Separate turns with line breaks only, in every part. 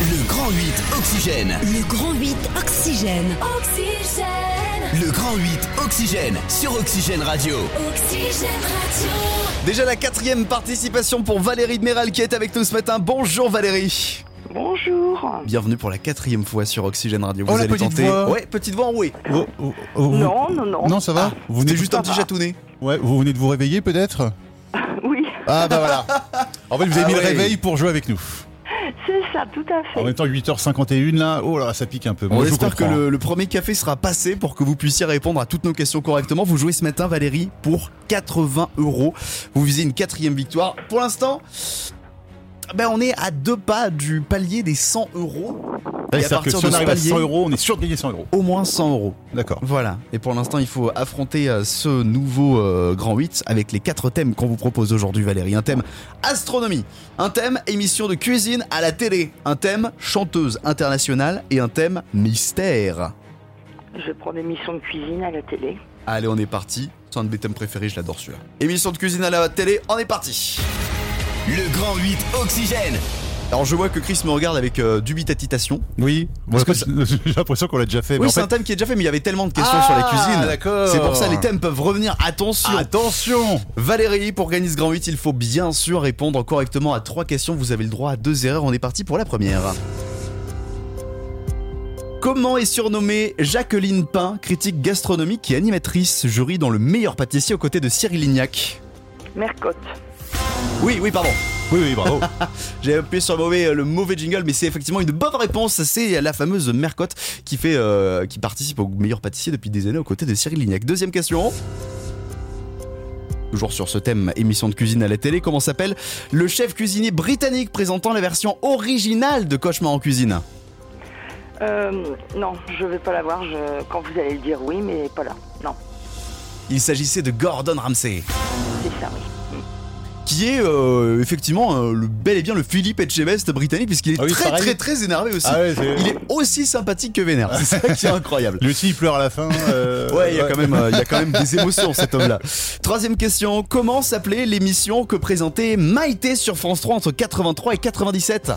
Le Grand 8 Oxygène.
Le Grand 8 Oxygène.
Oxygène,
Le Grand 8 Oxygène sur Oxygène Radio.
Oxygène Radio.
Déjà la quatrième participation pour Valérie de Méral qui est avec nous ce matin. Bonjour Valérie.
Bonjour.
Bienvenue pour la quatrième fois sur Oxygène Radio.
Oh, la petite voix.
Ouais, petite voix enrouée.
Oh, oh, oh, vous-
Non, non, non. Ah.
Non, ça va Vous venez
C'était juste un petit chatounet.
Ouais, vous venez de vous réveiller peut-être
Oui,
Ah bah voilà. En fait, vous avez
Ah
mis
ouais.
le réveil pour jouer avec nous.
c'est ça, tout à
En
fait.
même temps, 8h51 là, oh là, ça pique un peu. Moi,
On
je
espère que
comprends.
le, le premier café sera passé pour que vous puissiez répondre à toutes nos questions correctement. Vous jouez ce matin, Valérie, pour 80 euros. Vous visez une quatrième victoire. Pour l'instant, ben on est à deux pas du palier des 100 euros.
Ouais,
Et à
c'est-à-dire que
partir
si
de
on
ce
arrive à
palier,
100 euros, on est sûr de gagner 100 euros.
au moins 100 euros.
D'accord.
Voilà. Et pour l'instant, il faut affronter euh, ce nouveau euh, Grand 8 avec les quatre thèmes qu'on vous propose aujourd'hui, Valérie. Un thème astronomie, un thème émission de cuisine à la télé, un thème chanteuse internationale et un thème mystère.
Je prends des missions de cuisine à la télé.
Allez, on est parti. C'est un de mes thèmes préférés, je l'adore celui-là. Émission de cuisine à la télé, on est parti.
Le Grand 8 Oxygène.
Alors je vois que Chris me regarde avec euh, dubitatitation.
Oui.
Parce que
J'ai l'impression qu'on l'a déjà fait. mais
Oui,
en
c'est
fait-
un thème qui est déjà fait, mais il y avait tellement de questions
Ah,
sur la cuisine.
d'accord.
C'est pour ça les thèmes peuvent revenir. Attention.
Attention
Valérie, pour gagner ce grand 8, il faut bien sûr répondre correctement à trois questions. Vous avez le droit à deux erreurs. On est parti pour la première. Comment est surnommée Jacqueline Pain, critique gastronomique et animatrice, jury dans le meilleur pâtissier aux côtés de Cyril Lignac
Mercotte.
Oui, oui, pardon.
Oui, oui, bravo.
Ah, J'ai appuyé sur le mauvais, euh, le mauvais jingle, mais c'est effectivement une bonne réponse. C'est la fameuse Mercotte qui, fait, euh, qui participe au meilleur pâtissier depuis des années aux côtés de Cyril Lignac. Deuxième question. Toujours sur ce thème, émission de cuisine à la télé, comment s'appelle le chef cuisinier britannique présentant la version originale de Cauchemar en cuisine
Euh, non, je vais pas la voir je... quand vous allez le dire oui, mais pas là. Non,
Il s'agissait de Gordon Ramsay,
c'est ça, oui.
qui est euh, effectivement euh, le bel et bien le Philippe Etchebest britannique, puisqu'il est
Ah oui,
très
pareil.
très très énervé aussi.
Ah ouais, c'est-
Il est aussi sympathique que vénère, c'est ça qui est incroyable.
Le type pleure à la fin. euh,
Ouais, il y, a quand même, euh, il y a quand même des émotions, cet homme-là. Troisième question, comment s'appelait l'émission que présentait Maïté sur France 3 entre 83 et 97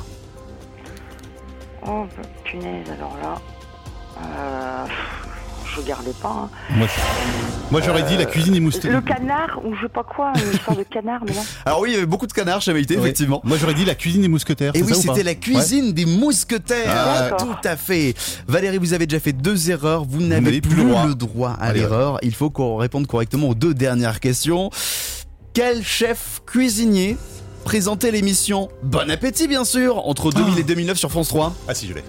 Oh, punaise, alors là. Euh, pff, je gardais pas. hein.
Moi, je- moi, j'aurais dit la cuisine est moustée.
Le canard, ou je sais pas quoi, une histoire de canard, mais non.
Alors oui, il y avait beaucoup de canards chez Maïté,
Oui.
effectivement.
Moi j'aurais dit la cuisine est mousquetaire.
Et
c'est
oui,
ça ou pas
c'était la cuisine des mousquetaires.
Ah,
ouais.
tout à fait. Valérie, vous avez déjà fait deux erreurs. Vous n'avez
n'avez
plus
plus le droit.
le droit à
Allez,
l'erreur. Il faut qu'on réponde correctement aux deux dernières questions. Quel chef cuisinier présentait l'émission Bon appétit, bien sûr, entre 2000 et 2009 sur France 3
Ah si, je l'ai.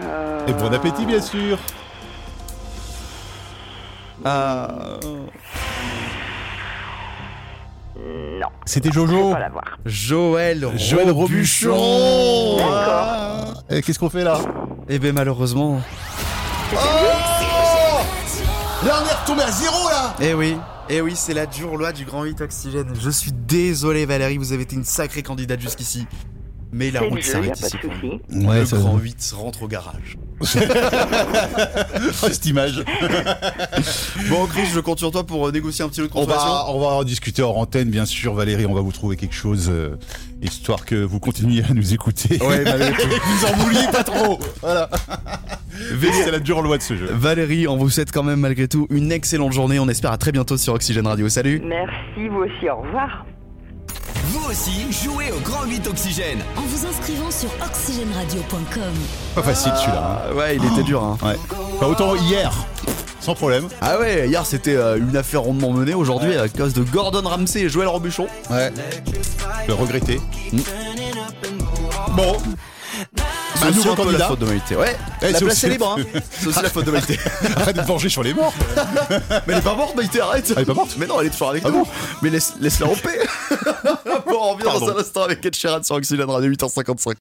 Euh,
Et bon appétit, bien sûr.
Ah,
euh, Non,
C'était
je vais
Jojo.
pas la
Oh.
voir.
Joël
Joël
Robuchon
Robuchon.
D'accord.
Eh, Qu'est-ce qu'on fait là
Et bien Eh ben, malheureusement.
Oh Là, on est retombé à zéro là
Eh oui, eh oui, c'est la dure loi du Grand 8 Oxygène. Je suis désolé Valérie, vous avez été une sacrée candidate jusqu'ici. Mais la
C'est le
route
jeu, y a
s'arrête
pas
ici.
de
pour nous.
souci.
Ouais,
le
ça-
Grand 8 rentre au garage.
cette image.
Bon Chris, je compte sur toi pour euh, négocier un petit lot de
On
consolation.
va, on va en discuter hors antenne, bien sûr, Valérie. On va vous trouver quelque chose, euh, histoire que vous continuiez à nous écouter.
Ouais, Valérie.
Et que vous en vouliez pas trop. Voilà. C'est la dure loi de ce jeu.
Valérie, on vous souhaite quand même malgré tout une excellente journée. On espère à très bientôt sur Oxygène Radio. Salut
Merci, vous aussi, au revoir.
Vous aussi, jouez au Grand 8 Oxygène.
En vous inscrivant sur oxygèneradio.com.
Pas facile celui-là. hein.
Ah, Ouais, il était dur hein.
Ouais. Enfin, autant hier, sans problème.
Ah ouais, hier c'était euh, une affaire rondement menée, aujourd'hui à cause de Gordon Ramsay et Joël Robuchon.
Ouais. Le regretter. Bon.
C'est
Un
aussi
nouveau
un peu la
candidat.
faute de Maïté. Ouais,
Eh,
la
c'est
place
aussi-
est libre. Hein. C'est aussi la faute de Maïté.
Arrête de te venger sur les morts.
Mais elle est pas morte, Maïté, arrête
Elle est pas morte
Mais non, elle est toujours avec
Ah
nous.
bon
Mais laisse, laisse-la en paix Pour en revenir dans
Pardon.
un instant avec Ed Sheeran sur Oxygène Radio 8h55.